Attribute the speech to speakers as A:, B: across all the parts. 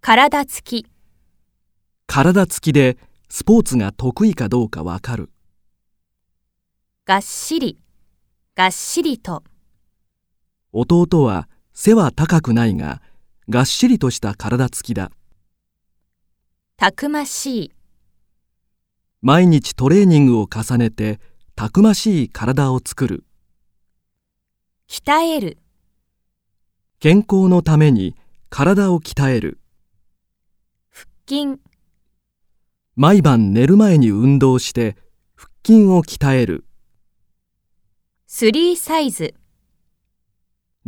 A: 体つき、
B: 体つきでスポーツが得意かどうかわかる。
A: がっしり、がっしりと、
B: 弟は背は高くないが、がっしりとした体つきだ。
A: たくましい、
B: 毎日トレーニングを重ねて、たくましい体を作る。
A: 鍛える、
B: 健康のために体を鍛える。
A: 筋、
B: 毎晩寝る前に運動して、腹筋を鍛える。
A: スリーサイズ、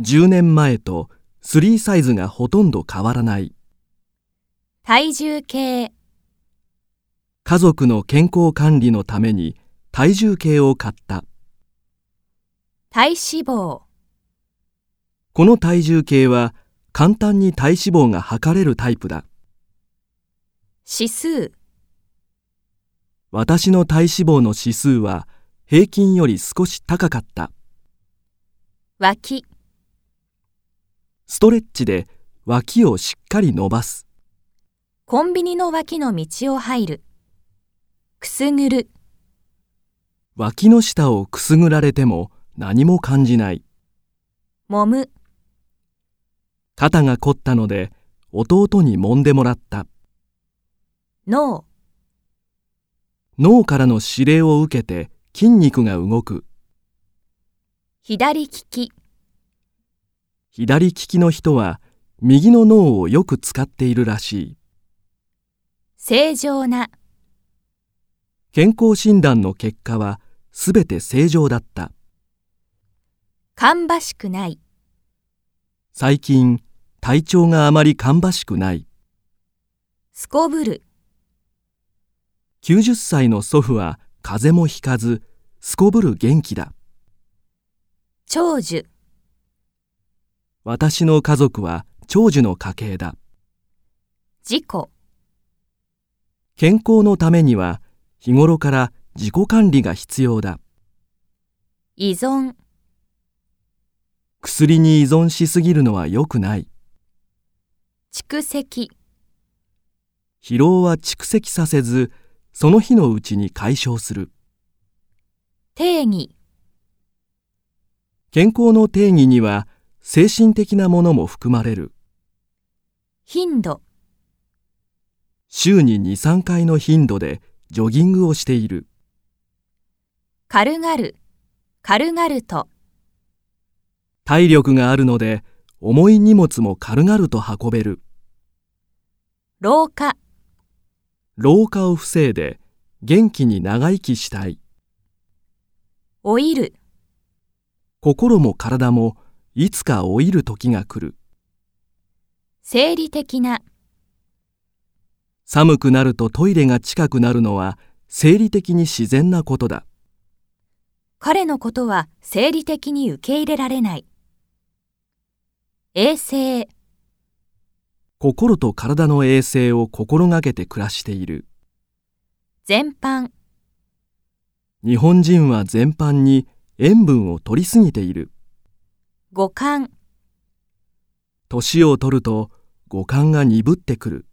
B: 10年前と3サイズがほとんど変わらない。
A: 体重計、
B: 家族の健康管理のために体重計を買った。
A: 体脂肪、
B: この体重計は簡単に体脂肪が測れるタイプだ。
A: 指数、
B: 私の体脂肪の指数は平均より少し高かった。
A: 脇、
B: ストレッチで脇をしっかり伸ばす。
A: コンビニの脇の道を入る。くすぐる、
B: 脇の下をくすぐられても何も感じない。
A: 揉む、
B: 肩が凝ったので弟に揉んでもらった。
A: 脳、
B: 脳からの指令を受けて筋肉が動く。
A: 左利き、
B: 左利きの人は右の脳をよく使っているらしい。
A: 正常な、
B: 健康診断の結果はすべて正常だった。
A: 芳しくない、
B: 最近、体調があまり芳しくない。
A: すこぶる、
B: 90歳の祖父は風邪もひかず、すこぶる元気だ。
A: 長寿、
B: 私の家族は長寿の家系だ。
A: 事故、
B: 健康のためには日頃から自己管理が必要だ。
A: 依存、
B: 薬に依存しすぎるのは良くない。
A: 蓄積、
B: 疲労は蓄積させず、その日のうちに解消する。
A: 定義、
B: 健康の定義には精神的なものも含まれる
A: 頻度、
B: 週に23回の頻度でジョギングをしている
A: 軽々、軽々と、
B: 体力があるので重い荷物も軽々と運べる
A: 老化、
B: 老化を防いで元気に長生きしたい
A: 老いる、
B: 心も体もいつか老いる時が来る
A: 生理的な、
B: 寒くなるとトイレが近くなるのは生理的に自然なことだ
A: 彼のことは生理的に受け入れられない。衛生、
B: 心と体の衛生を心がけて暮らしている
A: 全般、
B: 日本人は全般に塩分を取りすぎている
A: 五感、
B: 年を取ると五感が鈍ってくる